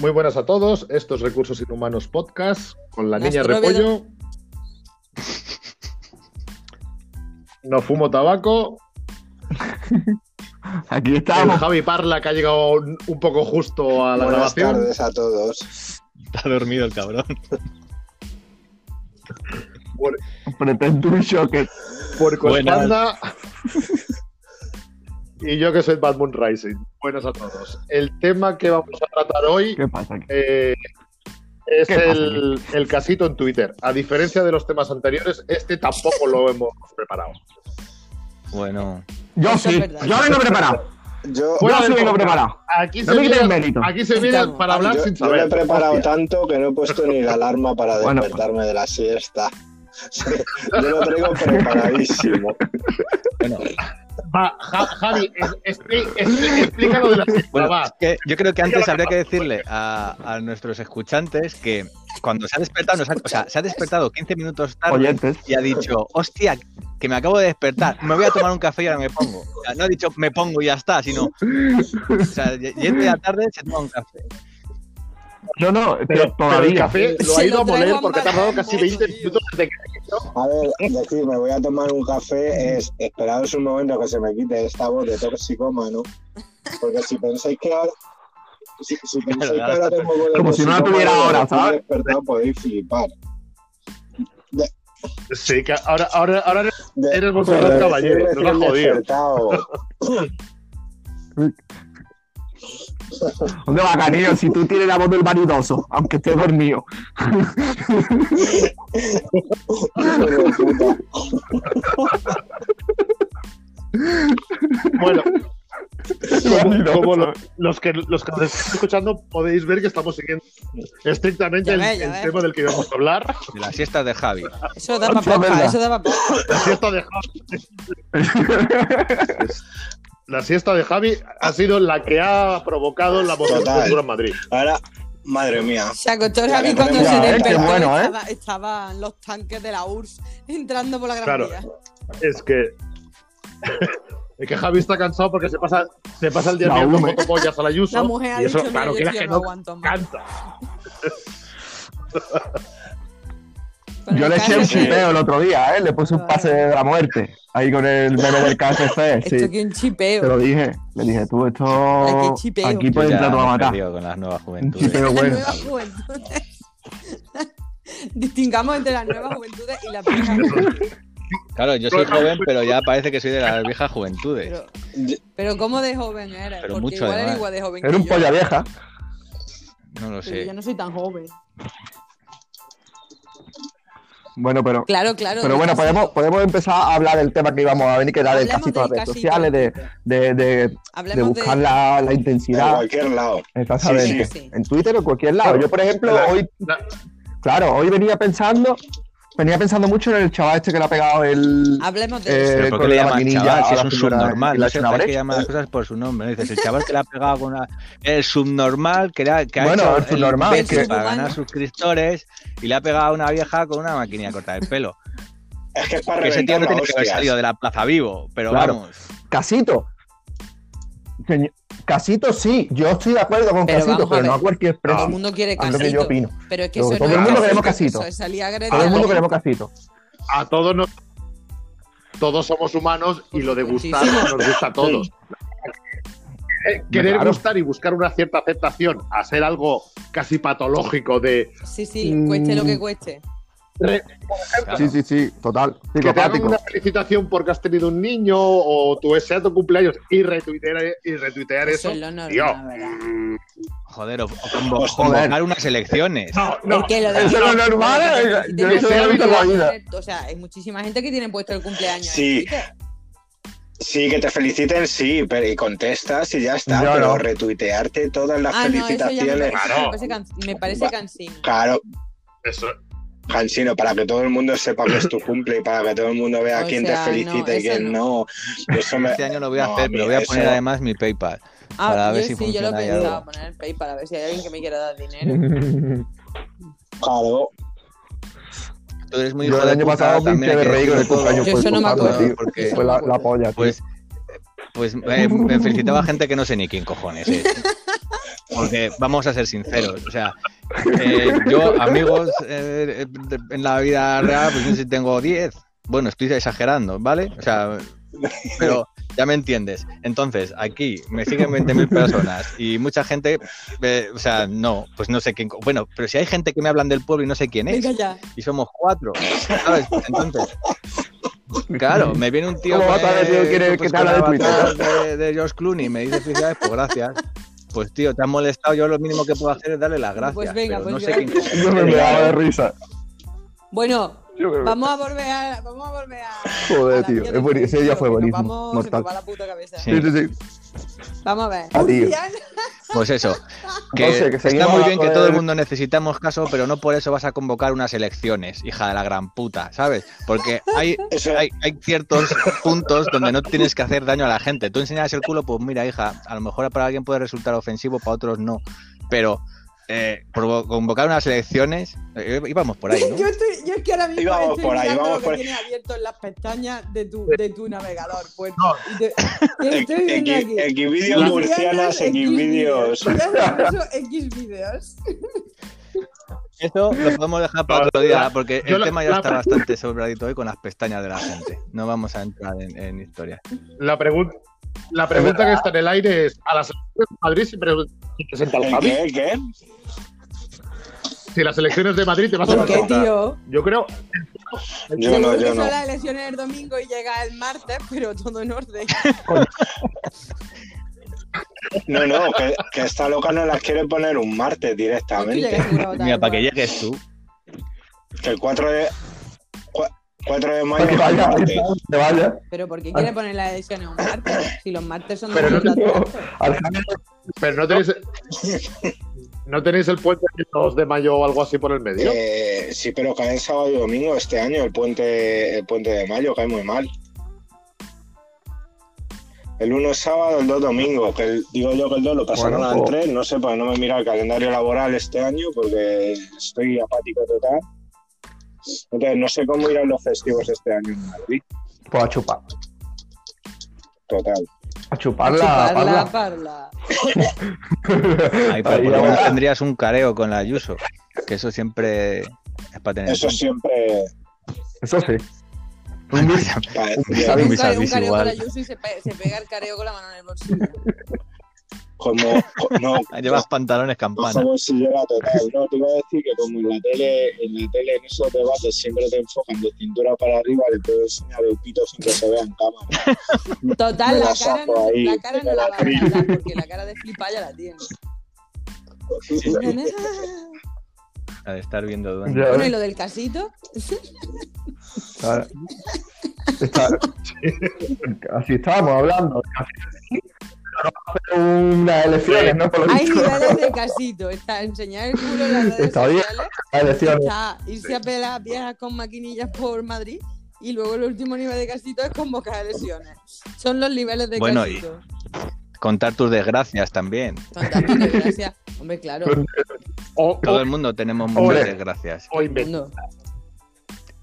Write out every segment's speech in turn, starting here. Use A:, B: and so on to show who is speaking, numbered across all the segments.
A: Muy buenas a todos. Estos Recursos Inhumanos Podcast con la niña
B: Gastróbedo.
A: Repollo. No fumo tabaco.
C: Aquí
A: El
C: estamos.
A: Javi Parla que ha llegado un un poco justo a la
D: Buenas
A: grabación.
D: tardes a todos.
E: Está dormido el cabrón.
C: Pretendo un shocker.
A: Puerco
E: Buenas.
A: Espanda. y yo que soy Bad Moon Rising. Buenas a todos. El tema que vamos a tratar hoy
C: ¿Qué pasa aquí?
A: eh, es
C: ¿Qué pasa
A: el, el casito en Twitter. A diferencia de los temas anteriores, este tampoco lo hemos preparado.
E: Bueno,
C: Yo
B: Eso
C: sí.
B: es verdad.
C: Yo vengo preparado.
D: Yo,
A: Fuera
C: yo sí
A: del
C: vengo
A: podcast.
C: preparado.
A: Aquí
C: No
A: se
C: me quites
A: viene,
C: mérito.
A: aquí se viene
B: Estamos.
A: para hablar
D: yo-
A: sin
D: yo me he
A: saber.
D: preparado
C: Hostia.
D: tanto que no he puesto ni la alarma para
C: Bueno.
D: despertarme de la siesta. yo lo traigo preparadísimo.
E: bueno.
A: Va, Ja- Javi, es- expli- expli- explícalo de la siesta,
E: Bueno,
A: va.
E: es que yo creo que antes habría que decirle a, a nuestros escuchantes que cuando se ha despertado, nos ha- o sea, se ha despertado 15 minutos tarde
C: Oyentes.
E: y ha dicho, hostia, que me acabo de despertar, me voy a tomar un café y ahora me pongo. O sea, no ha dicho me pongo y ya está, sino, o sea, y- yendo ya tarde se toma un café.
C: No, no, que
A: Pero, pero el
C: todavía.
A: café lo
B: Se
A: ha ido
B: lo
A: a moler
B: traigo
A: porque ha tardado casi
B: embarrado,
A: 20
B: tío.
A: minutos desde que
D: A ver, decir, me voy a tomar un café es esperaros un momento que se me quite esta voz de tóxico, mano. Porque si pensáis que ahora. Si, si pensáis que ahora tengo voz de
C: Como si no la
D: toxicómano,
C: tuviera ahora,
D: estoy
C: ¿sabes?
D: despertado podéis flipar.
A: Sí, que ahora, ahora, ahora eres-
D: De-
A: eres
D: de
A: vosotros
D: decir
A: caballeros, no lo has
D: recién
A: jodido.
D: despertado.
C: ¿Dónde va, cariño? Si tú tienes la voz del vanidoso, aunque esté dormido.
D: Hijo de puta.
A: Bueno, como,
C: Vanidoso.
A: como lo- los, que, los que nos estáis escuchando podéis ver que estamos siguiendo estrictamente
B: Ya
A: el,
B: ve, ya
A: el
B: ve.
A: tema del que íbamos a hablar,
E: De las siestas de Javi.
B: Eso da
C: Otra
B: papel,
C: verdad.
B: eso da papel.
A: la siesta de Javi. La siesta de Javi ha sido la que ha provocado la movilidad en Madrid.
D: Ahora, madre mía.
B: Se acostó el
D: Ya,
B: Javi
D: ya,
B: cuando
D: ya,
B: se
D: eh, qué
B: despertó.
C: bueno, ¿eh?
B: estaba- Estaban los tanques de la URSS entrando por la gran
A: Claro.
B: vía.
A: Es que. Es que Javi está cansado porque se pasa, se pasa el día
C: La
A: viendo
C: ume.
A: fotopollas a la Yuso.
B: La mujer ha
A: y eso,
B: dicho,
A: claro,
B: mira,
A: quieras
B: yo,
A: que
B: tío, no
A: no,
B: aguanto más.
A: canta.
B: Pero
C: Yo le
B: el
C: eché
B: caso
C: un
B: es que-
C: chipeo el otro día, ¿eh? Le puse un pase de la muerte. Ahí con el meme del KFC.
B: Esto
C: Sí.
B: que un
C: Te
B: chipeo.
C: lo dije. Le dije, tú,
B: Ay,
C: esto.
B: qué chipeo.
C: Aquí
E: Yo
C: puedes
E: ya
C: entrar tú a
E: me he
C: matar.
E: perdido con las nuevas
C: Un
E: juventudes.
C: chipeo bueno.
B: Nuevas juventudes. Distingamos entre las nuevas juventudes y las viejas.
E: Claro, yo soy joven, pero ya parece que soy de las viejas juventudes.
B: Pero, pero ¿cómo de joven eres?
E: Pero
B: Porque
E: mucho,
B: igual eres
E: además.
B: igual de joven
C: Era
B: que
C: un
B: yo.
C: polla vieja.
E: No lo
B: Pero
E: sé.
B: Yo no soy tan joven.
C: Bueno, pero.
B: Claro, claro.
C: Pero bueno, podemos, podemos empezar a hablar del tema que íbamos a venir, que era del
B: Hablemos
C: casito de
B: del
C: redes
B: casito.
C: sociales, de, de, de, de
B: Hablemos
C: buscar la, la
D: En
C: intensidad.
D: cualquier lado.
C: Exactamente.
B: Sí, sí.
C: En Twitter o en cualquier lado.
A: Claro.
C: Yo, por ejemplo,
A: La-
C: hoy,
A: la-
C: claro, hoy venía pensando, venía pensando mucho en el chaval este que le ha pegado el.
B: Hablemos de eso.
C: eh,
E: ¿Pero por qué
C: con
E: le
C: la
E: llaman
C: maquinilla
E: chaval si
C: a
E: es
C: la
E: un
C: figura
E: subnormal?
C: y la
E: No sé,
C: China
E: hay que
C: Brecht?
E: llamar las cosas por su nombre. ¿no? Dices, el chaval que le ha pegado con una... El subnormal que, le ha- que ha
C: Bueno,
E: hecho
C: el subnormal,
E: imbécil
B: que-
E: para ganar suscriptores y le ha pegado a una vieja con una maquinilla corta de pelo.
D: Es que es para
E: que ese tío
D: reventar a
E: no tiene que haber
D: hostias.
E: salido de la plaza vivo, pero
C: Claro.
E: vamos.
C: Casito. Señor- Casito sí, yo estoy de acuerdo con
B: Pero
C: Casito,
B: vamos a
C: pero no
B: ver.
C: a cualquier
B: Todo
C: precio.
B: el mundo quiere
C: Es lo
B: casito.
C: que yo opino.
B: Pero es que
C: Lo-
B: eso
C: todo
B: no
C: el mundo
B: es
C: queremos casito.
B: Eso es salir agredido.
C: Todo el mundo queremos casito.
A: A todos nos. Todos somos humanos y lo de gustar
B: Muchísimo.
A: nos gusta a todos. Eh, Querer
C: Claro.
A: gustar y buscar una cierta aceptación, hacer algo casi patológico de
B: Sí, sí, cueste lo que cueste.
D: Mm.
E: claro.
C: Sí, sí, sí, total.
A: que te hagan
C: Psicopático.
A: una felicitación porque has tenido un niño o tu sea tu cumpleaños y retuitear, y retuitear
B: Eso
A: eso.
B: es lo normal,
A: Tío,
B: ¿verdad?
A: mm,
E: Joder, o, o convo-
D: Joder.
E: convocar unas elecciones.
A: no, no,
B: Es que lo de-
C: Eso es lo normal,
B: Pero
C: eh,
B: si
C: yo
B: tienes
A: eso lo he
B: un
C: visto en la vida.
B: cumpleaños, O sea, hay muchísima gente que tiene puesto el cumpleaños. ¿eh? en
D: Sí.
B: Twitter.
D: Sí, que te feliciten, sí, pero y contestas y ya está.
C: Yo
D: pero
C: no.
D: retuitearte todas las
B: Ah, no, eso ya me
D: felicitaciones.
B: parece, me
A: Claro.
B: parece, can- me parece
D: Va.
B: cansino.
D: Claro,
A: eso-
D: Hansino, para que todo el mundo sepa que es tu cumple y para que todo el mundo vea
B: O
D: quién
B: sea,
D: te
B: no,
D: felicita y
B: eso
D: quién no. Eso me...
E: Este año lo voy a
D: No,
E: hacer, pero voy
D: mira,
E: a poner
D: eso-
E: además mi PayPal.
B: Ah,
E: Para
B: yo
E: ver
B: sí,
E: si
B: yo lo
E: funciona ahí
B: pensaba
E: algo.
B: poner en PayPal, a ver si hay alguien que me quiera dar dinero.
D: Claro.
E: Tú eres muy
C: Yo
E: hijo
C: el
E: de
C: año
E: puta,
C: pasado me
E: también hay
C: quedé
E: que
C: reído en el
E: decirlo todo,
C: cumpleaños. pues,
B: Yo
C: por
B: eso no me
C: culpa,
B: acuerdo.
C: tío.
E: porque-
C: Fue la, la polla, tío.
E: Pues, pues eh, me felicitaba gente que no sé ni quién cojones es. Porque vamos a ser sinceros, o sea, eh, yo amigos eh, eh, en la vida real, pues no sé si tengo 10. Bueno, estoy exagerando, ¿vale? O sea, pero ya me entiendes. Entonces, aquí me siguen 20.000 personas y mucha gente, eh, o sea, no, pues no sé quién. co- Bueno, pero si hay gente que me hablan del pueblo y no sé quién es,
B: Venga ya.
E: y somos cuatro, ¿sabes? Entonces, claro, me viene un tío.
C: ¿Cómo
E: con-
C: va a haber tío que quiere- que te
E: con
C: habla de
E: el
C: Twitter?
E: avatar De, de George Clooney y me dice felicidades, pues gracias. Pues tío, te has molestado, yo lo mínimo que puedo hacer es darle las gracias.
B: Pues venga,
E: pero
B: pues
E: no sé
B: gracias.
E: quién
C: Yo me meaba
E: eh,
C: de risa.
B: Bueno,
C: Yo me-
B: vamos a volver a. Vamos a volver a.
C: Joder,
B: a la
C: tío,
B: mierda,
C: es buenísimo, ese día
B: que
C: fue
B: nos
C: buenísimo,
B: Vamos, se
C: mortal.
B: me va la puta cabeza.
E: Sí.
C: Sí, sí, sí.
B: Vamos a ver.
C: Adiós.
B: Hostia,
E: Pues eso. Que
C: Entonces, que
E: está
C: seguimos
E: muy bien que
C: hablando
E: todo el
C: del-
E: mundo necesitamos caso, pero no por eso vas a convocar unas elecciones, hija de la gran puta, ¿sabes? Porque hay,
D: Eso-
E: hay, hay ciertos puntos donde no tienes que hacer daño a la gente. Tú enseñas el culo, pues mira, hija, a lo mejor para alguien puede resultar ofensivo, para otros no. Pero eh, provo- convocar unas elecciones, eh, íbamos por ahí, ¿no?
B: yo, estoy, yo es que ahora mismo
D: Íbamos
B: estoy
D: por ahí,
B: mirando
D: vamos
B: lo que
D: por ahí.
B: tienes abierto en las pestañas de tu, de tu navegador. Pues, y te- te estoy viendo aquí.
D: Equi- Equivideos
B: Las
D: murcianas,
B: Xvideos.
D: equivideos.
B: Yo uso Xvideos.
E: Eso lo podemos dejar para otro día, porque
A: Yo
E: el
A: la-
E: tema ya
A: la-
E: está bastante sobradito hoy con las pestañas de la gente. No vamos a entrar en, en historia.
A: La, pregun- la pregunta que está en el aire es: ¿a las elecciones de Madrid se pre- se presenta el
D: ¿El
A: Javi?
D: qué? ¿El qué?
A: Si las elecciones de Madrid te vas a
B: ¿Por qué,
A: presentar.
B: tío?
A: Yo creo.
D: Yo
B: Seguro
D: no,
B: que
D: yo
B: son
D: no.
B: las elecciones el domingo y llega el martes, pero todo en orden.
D: No, no, que, que esta loca no las quiere poner un martes
B: Tú
D: directamente.
B: llegas seguro a votar,
E: Mira, para que
B: ¿no?
E: llegues tú.
D: Que el 4 de, cua- 4 de mayo
C: Para que
D: es un
C: vaya,
D: martes.
C: que vaya.
B: Pero ¿por qué quiere poner las elecciones un martes? Si los martes son de
A: Pero no
B: otra-
C: Al Javi-
A: Pero no tenéis. ¿No tenéis el puente del 2 de mayo o algo así por el medio?
D: Eh, sí, pero cae en sábado y domingo este año, el puente, el puente de mayo cae muy mal. El 1 es sábado, el 2 domingo, que el- digo yo que el 2 lo pasaron
C: Bueno,
D: al
C: pues-
D: 3, no sé, para no me mira el calendario laboral este año porque estoy apático total. Entonces no sé cómo irán los festivos este año en Madrid,
C: Pues a chupar.
D: total.
C: A chuparla,
B: Parla,
C: parla.
B: parla.
E: Ahí, pero
C: Ahí
E: por lo
C: ya
E: menos
C: va.
E: tendrías un careo con la Ayuso, que eso siempre es para tener.
D: Eso siempre
C: Eso sí.
D: cae
C: Javi,
B: Un
E: mis
B: careo, un
E: avis
B: careo
E: igual.
B: para Ayuso y se, pe- se pega el careo con la mano en el bolsillo.
D: como... No,
E: Llevas pantalones campana.
D: Ojo bolsillera total. No, te iba a decir que como en la tele, en la tele en esos debates siempre te enfocan de cintura para arriba, le puedo enseñar el pito sin que se vea en cámara.
B: Total, la
D: Me la
B: cara,
D: saco
B: no,
D: ahí,
B: la cara no
D: me
B: la
D: la
B: va a regalar porque la cara de flipa ya la tiene. Bueno,
E: la de estar viendo durante-
C: Ya
B: y
C: ves.
B: lo del casito,
C: Claro. Está- Así estábamos hablando. Unas elecciones, ¿no? Por lo
B: hay
C: visto.
B: niveles de casito. Está enseñar el culo en las redes
C: Está bien.
B: sociales,
C: Las elecciones.
B: está irse a pelar viejas con maquinillas por Madrid y luego el último nivel de casito es convocar elecciones. Son los niveles de
E: Bueno, y-
B: casito.
E: Contar tus desgracias también.
B: Fantástico, gracias. Hombre, claro.
A: O,
E: Todo
A: o,
E: el mundo tenemos
A: Hombre.
E: muchas desgracias.
A: o inventar.
B: No.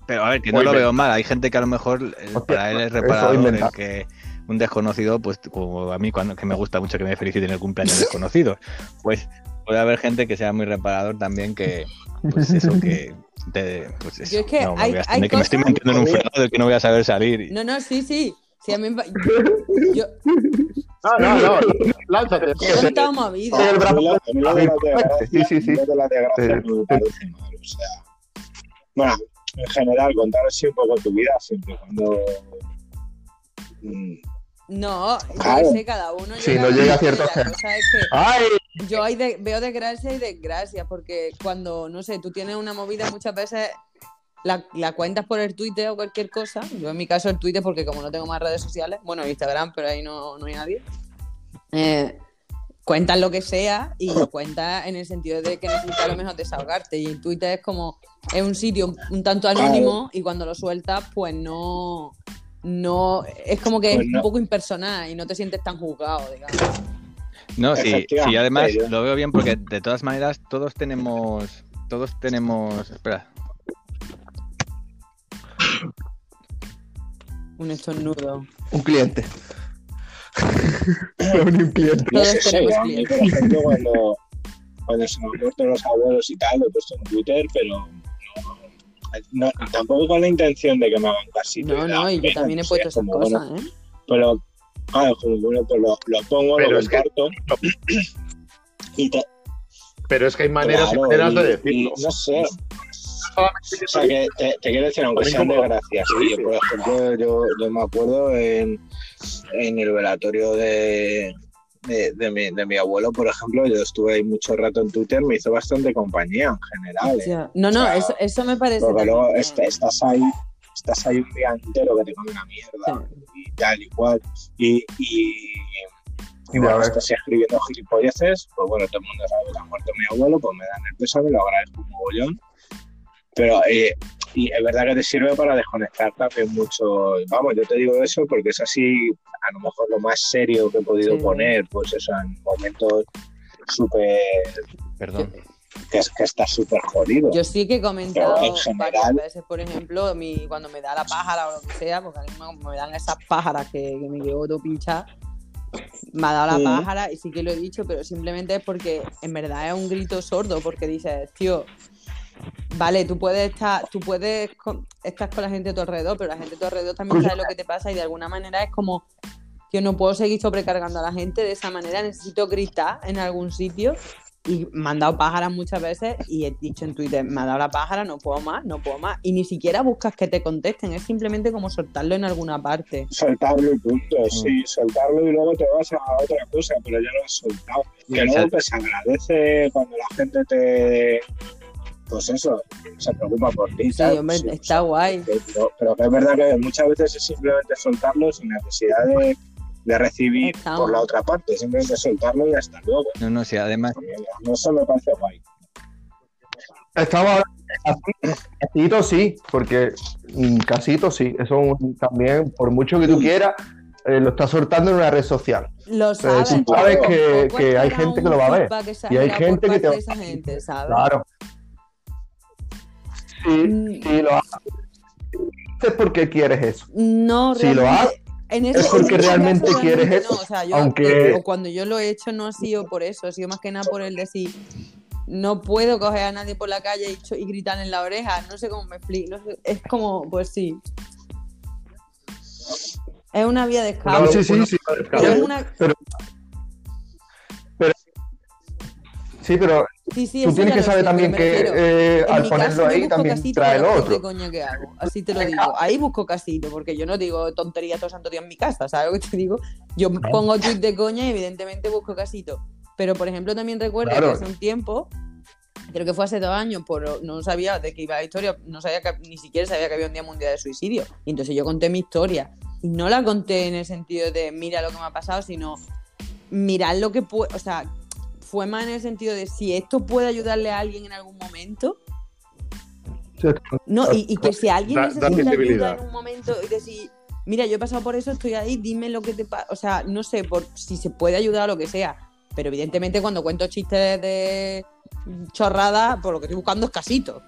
E: Pero a ver, que no
A: Hoy
E: lo
A: me-
E: veo mal. Hay gente que a lo mejor eh,
C: Hostia,
E: para él es
C: eso
E: reparador el
C: inventar.
E: que un desconocido, pues como a mí cuando que me gusta mucho que me feliciten el cumpleaños desconocidos, pues puede haber gente que sea muy reparador también que pues eso que te, pues eso,
B: Yo es que
E: no, me
B: hay-
E: voy a estar-
B: hay
E: de que me estoy
B: cosas-
E: metiendo en un fregado del que no voy a saber salir. y-
B: No, no, sí, sí. Sí, a mí me... pa- Yo
A: No, no, no. Lánzate.
B: he contado movidas.
C: Sí, el
D: A
C: brazo.
D: mí la- a mí la de las desgracias-
C: Sí, sí, sí.
D: a mí la de las desgracias no me parece mal, o sea, bueno, en general, contar así un poco tu vida siempre cuando... Mm,
B: No, yo
D: Claro.
B: sé, cada uno.
C: Sí, no llega a ciertas
B: La cosa es que
C: ¡Ay!
B: yo hay de- veo desgracia y desgracia, porque cuando, no sé, tú tienes una movida muchas veces la, la cuentas por el Twitter o cualquier cosa. Yo en mi caso el Twitter, porque como no tengo más redes sociales, bueno, Instagram, pero ahí no, no hay nadie. Eh, cuentas lo que sea y lo cuentas en el sentido de que necesitas a lo mejor desahogarte. Y Twitter es como, es un sitio un tanto anónimo y cuando lo sueltas, pues no. No, es como que
D: Pues
B: es
D: no.
B: un poco impersonal y no te sientes tan juzgado, digamos.
E: No, sí,
D: Efectivamente,
E: sí, además
D: yo-
E: lo veo bien porque de todas maneras todos tenemos. Todos tenemos. Espera.
B: Un estornudo.
C: Un cliente. un cliente.
D: No
B: Todos
D: sé,
B: tenemos
D: yo, a mí, por ejemplo, cuando, cuando se me han muerto los abuelos y tal, lo he puesto en Twitter, pero no, no, tampoco con la intención de que me hagan casi.
B: No, no, y yo también he puesto esas cosas, ¿eh?
D: pero, claro, como, bueno, pues lo, lo pongo,
A: Pero
D: lo
A: es que-
D: comparto. Y te,
A: Pero es que hay maneras y
D: claro,
A: maneras de
D: y-
A: decirlo.
D: y No sé,
A: Solamente
D: O sea, que te, te quiero decir, aunque
A: También
D: sean
A: como-
D: desgracias, tío, por ejemplo, yo, yo me acuerdo en, en el velatorio de, de, de mi, de mi abuelo, por ejemplo, yo estuve ahí mucho rato en Twitter, me hizo bastante compañía en general. ¿eh?
B: Hostia. No, no,
D: O sea,
B: eso, eso me parece.
D: Porque
B: también,
D: luego este
B: ¿no?
D: est- estás ahí, estás ahí un día entero que te come una mierda y tal y cual. Y, y, y
C: Ya
D: bueno,
C: ves.
D: estás escribiendo gilipolleces, pues bueno, todo el mundo sabe que ha muerto mi abuelo, pues me dan el pésame, lo agradezco un mogollón. Pero eh, y es verdad que te sirve para desconectar también mucho. Vamos, yo te digo eso porque es así, a lo mejor lo más serio que he podido
B: Sí.
D: poner, pues eso, en momentos súper.
E: Perdón.
D: que, es- que estás súper jodido.
B: Yo sí que he comentado
D: Pero en general-
B: varias veces, por ejemplo, mi, cuando me da la pájara o lo que sea, porque a mí me, me dan esas pájaras que, que me llevo todo pinchada, me ha dado la
D: Sí.
B: pájara y sí que lo he dicho, pero simplemente es porque en verdad es un grito sordo, porque dices, tío, vale, tú puedes estar, tú puedes, con- estás con la gente de tu alrededor, pero la gente de tu alrededor también sabe lo que te pasa y de alguna manera es como, tío, no puedo seguir sobrecargando a la gente de esa manera, necesito gritar en algún sitio y me han dado pájaras muchas veces y he dicho en Twitter, me ha dado la pájara, no puedo más, no puedo más. Y ni siquiera buscas que te contesten, es simplemente como soltarlo en alguna parte.
D: soltarlo y punto, sí, soltarlo y luego te vas a otra cosa, pero ya lo has soltado. Que luego
E: Exacto.
D: pues agradece cuando la gente te pues eso, se preocupa por ti.
B: Sí,
D: tal,
B: hombre,
D: sí,
B: está guay.
D: sí, pero, pero que es verdad que muchas veces es simplemente soltarlo sin necesidad de, de recibir
B: Está
D: por la
B: guay.
D: otra parte, simplemente soltarlo y hasta luego.
E: No, no, sí, además,
D: También, no, Eso me parece guay.
C: Estamos hablando de casito, casito sí, porque mm, casito sí, eso un- también, por mucho que tú quieras, eh, lo estás soltando en una red social.
B: Lo sabes.
C: tú
B: pero
D: sabes
C: que-
B: tampoco
C: que hay
B: esperas
C: gente que
B: un
C: lo va a ver.
B: feedback
C: Y hay
B: exagerado
C: gente
B: por
C: que
B: parte
C: te va-
B: de esa gente, ¿sabes?
C: Claro. Sí,
B: Mm.
C: sí, lo haces. Es porque quieres eso.
B: No,
C: Si lo
B: realmente-
C: haces,
B: en ese-
C: es porque
B: en ese
C: realmente
B: caso,
C: quieres
B: realmente
C: eso,
B: no, o sea, yo- eh,
C: aunque-
B: o cuando yo lo he hecho no ha sido por eso, ha sido más que nada por el decir, no puedo coger a nadie por la calle y, cho- y gritar en la oreja, no sé cómo me explico, no sé, es como, pues sí. Es una vía de escape.
C: No, sí, sí, sí.
B: Pero es una-
C: Sí, pero
B: sí, sí,
C: tú
B: eso ya
C: tienes que
B: lo
C: saber
B: sé,
C: también
B: pero me
C: que
B: refiero,
C: eh,
B: en
C: al
B: mi caso,
C: ponerlo
B: yo
C: ahí
B: busco
C: también
B: casito
C: trae
B: para
C: lo
B: ver
C: otro.
B: ¿Qué coño que hago? Así te lo digo. Ahí busco casito, porque yo no digo tontería toda santo día en mi casa, ¿sabes lo que te digo? Yo pongo tweet de coña y evidentemente busco casito. Pero, por ejemplo, también recuerdo
C: Claro.
B: que hace un tiempo, creo que fue hace dos años, por, no sabía de qué iba la historia, no sabía que- ni siquiera sabía que había un Día Mundial de Suicidio. Y entonces yo conté mi historia. Y no la conté en el sentido de mira lo que me ha pasado, sino mirad lo que puede, o sea, fue más en el sentido de si esto puede ayudarle a alguien en algún momento, no, y, y que si alguien
A: Ah, Da- da
B: necesita
A: visibilidad.
B: ayuda en un momento y decir, mira, yo he pasado por eso, estoy ahí, dime lo que te pasa. O sea, no sé por si se puede ayudar o lo que sea. Pero evidentemente cuando cuento chistes de chorrada, por lo que estoy buscando es casito.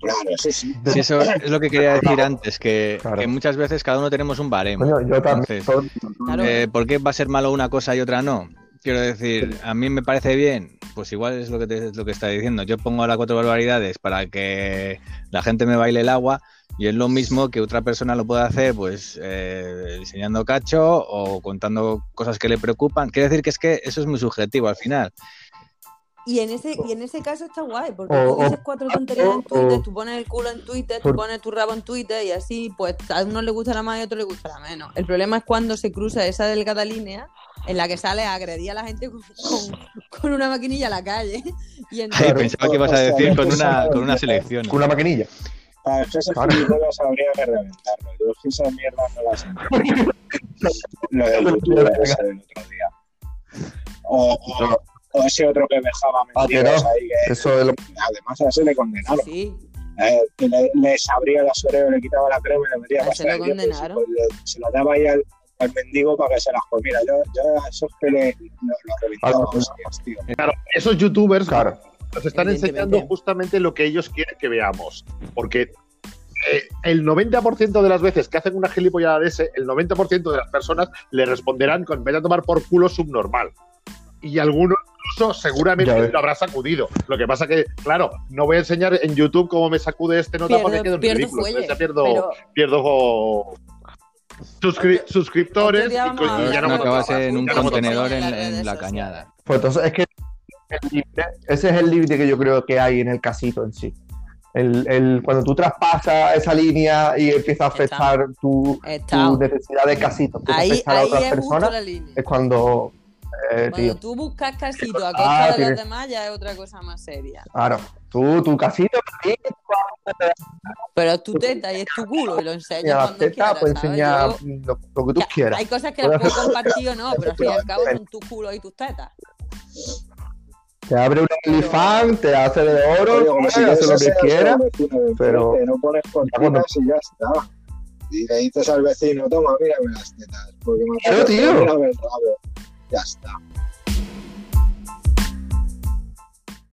D: Claro, sí, sí.
E: sí, eso es lo que quería decir antes, que,
C: Claro.
E: que muchas veces cada uno tenemos un baremo.
C: Coño, yo también.
E: Entonces,
C: soy-
B: Claro.
E: Eh, ¿Por qué va a ser malo una cosa y otra no? Quiero decir, a mí me parece bien, pues igual es lo que, te- lo que está diciendo. Yo pongo ahora cuatro barbaridades para que la gente me baile el agua y es lo mismo que otra persona lo puede hacer, pues eh, enseñando cacho o contando cosas que le preocupan. Quiero decir que es que eso es muy subjetivo al final.
B: Y en ese, y en ese caso está guay, porque
C: O-
B: tú dices
C: o-
B: cuatro tonterías en Twitter,
C: o-
B: tú pones el culo en Twitter,
C: por-
B: tú pones tu rabo en Twitter y así, pues a uno le gusta la más y a otro le gusta la menos. El problema es cuando se cruza esa delgada línea en la que sale a agredir a la gente con, con- con una maquinilla a la calle. Y
E: Ay,
B: entonces,
E: pensaba que ibas a
D: o sea,
E: decir
D: yo
E: con una,
D: pensaba-
E: con una selección.
C: Con una maquinilla.
D: Para esas
C: Claro.
D: películas habría que reventarlo. Yo es que esas mierdas no las entiendo. Lo del youtuber ese del otro día. O, o- o ese otro que dejaba mentiras
C: Ah,
D: ahí, que
C: Eso es lo
D: además a ese le condenaron.
B: sí,
D: Eh, que le, les abría las orejas, le quitaba la crema y le metía
B: Ah,
D: pasta
B: se lo
D: de dientes y se-
B: condenaron.
D: pues, le- se la daba ahí al, al mendigo para que se las comiera. Yo, yo a esos que le lo, lo reventaba,
C: Ah, no, pues-
D: hostias, tío.
A: Claro, esos youtubers
C: Claro.
A: nos están
B: Evidentemente.
A: enseñando justamente lo que ellos quieren que veamos. Porque eh, el 90% de las veces que hacen una gilipollada de ese, el 90% de las personas le responderán con vete a tomar por culo subnormal. Y algunos incluso
C: Ya
A: seguramente
C: ves.
A: lo habrá sacudido. Lo que pasa que, claro, no voy a enseñar en YouTube cómo me sacude este nota porque quedo
B: Pierdo,
A: en
B: pierdo
A: ridículo.
B: fuelle.
A: Entonces ya pierdo,
B: Pero
A: pierdo oh, suscri-
B: Otro-
A: suscriptores
B: otro día
A: y,
B: vamos a
A: co- y ya no
B: hablar
E: no
B: de
A: hemos
E: acabas
B: trabajo,
E: en
A: ya
E: un
A: no hemos
E: contenedor en,
B: trabajado en las
E: en
B: redes
E: la
B: sociales.
E: cañada.
C: Pues entonces es que el límite- ese es el límite que yo creo que hay en el casito en sí. El, el- cuando tú traspasas esa línea y empieza a afectar tu,
B: está.
C: tu necesidad de casito, empieza a
B: Ahí,
C: afectar a
B: ahí
C: otras
B: es justo
C: personas,
B: la línea.
C: es cuando, eh, tío,
B: Cuando tú buscas casito a
C: Ah,
B: costa de
C: tiene-
B: los demás ya es otra cosa más seria.
C: claro, tú, tu casito, sí,
B: Pero es tu teta y es tu culo y lo enseñas
C: enseña la
B: cuando
C: teta,
B: quieras,
C: pues puedes
B: ¿sabes?
C: enseñar
B: Yo-
C: lo, lo que tú
B: que
C: quieras.
B: Hay cosas que las puedo compartir o no, pero al fin y al cabo son tu culo y tus tetas.
C: Te abre un OnlyFans, te hace de oro,
D: Oye, como si
C: hace
D: quieres
C: lo
D: hacer
C: que quieras.
D: algo, vecino de
C: pero-
D: enfrente, No pones cortinas y ya está. Y le dices al vecino, toma, mírame las tetas. Porque me
C: Claro,
D: apetece,
C: tío.
D: mírame el rabo. Ya está.